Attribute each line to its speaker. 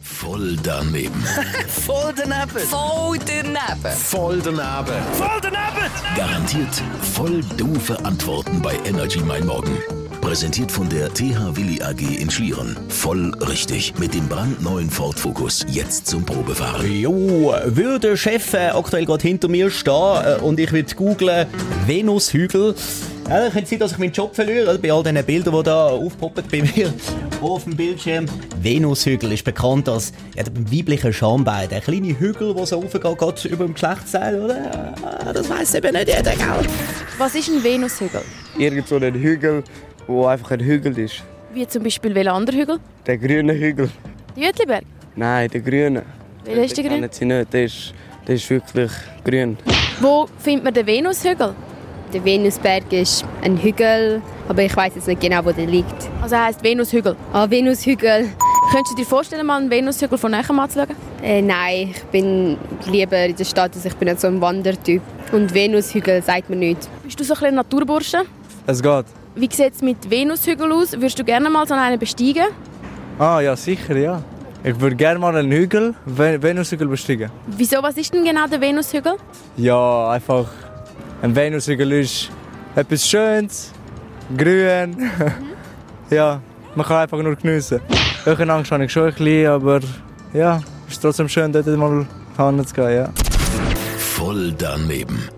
Speaker 1: Voll daneben.
Speaker 2: Voll daneben.
Speaker 3: Voll daneben.
Speaker 1: Voll daneben.
Speaker 2: Voll daneben!
Speaker 1: Garantiert voll doofe Antworten bei Energy Mein Morgen. Präsentiert von der TH Willi AG in Schlieren. Voll richtig. Mit dem brandneuen Ford Focus. Jetzt zum Probefahren.
Speaker 4: Jo, würde der Chef äh, aktuell gerade hinter mir stehen äh, und ich würde googlen Venushügel. Ja, dann könnte es sein, dass ich meinen Job verliere, oder? bei all diesen Bildern, die da aufpoppen bei mir auf dem Bildschirm. Venushügel ist bekannt als ja, dem weiblichen Schambein. Der kleine Hügel, der so raufgeht, geht über dem Geschlechtsteil, oder? Ah, Das weiss eben nicht jeder, gell?
Speaker 5: Was ist ein Venushügel?
Speaker 6: irgend so einen Hügel, wo einfach ein Hügel ist.
Speaker 5: Wie zum Beispiel welcher andere Hügel?
Speaker 6: Der grüne Hügel.
Speaker 5: Der Jütliberg.
Speaker 6: Nein, der grüne.
Speaker 5: Welcher ist der
Speaker 6: Den
Speaker 5: grüne?
Speaker 6: kennen Sie nicht, der ist, der ist wirklich grün.
Speaker 5: Wo findet man den Venushügel?
Speaker 7: Der Venusberg ist ein Hügel, aber ich weiß jetzt nicht genau, wo der liegt.
Speaker 5: Also er heisst Venushügel.
Speaker 7: Ah, Venushügel.
Speaker 5: Könntest du dir vorstellen, mal einen Venushügel von näher anzuschauen?
Speaker 7: Äh, nein, ich bin lieber in der Stadt, also ich bin nicht so ein Wandertyp. Und Venushügel sagt mir nichts.
Speaker 5: Bist du so ein bisschen Naturbursche?
Speaker 6: Es geht.
Speaker 5: Wie sieht es mit Venushügel aus? Würdest du gerne mal so einen besteigen?
Speaker 6: Ah, ja, sicher, ja. Ich würde gerne mal einen Hügel, Venushügel besteigen.
Speaker 5: Wieso, was ist denn genau der Venushügel?
Speaker 6: Ja, einfach. Ein Venushügel ist etwas Schönes, grün. ja, man kann einfach nur geniessen. Welche Angst habe ich schon ein bisschen, aber ja, ist trotzdem schön, dort mal hinzugehen, ja.
Speaker 1: Voll daneben.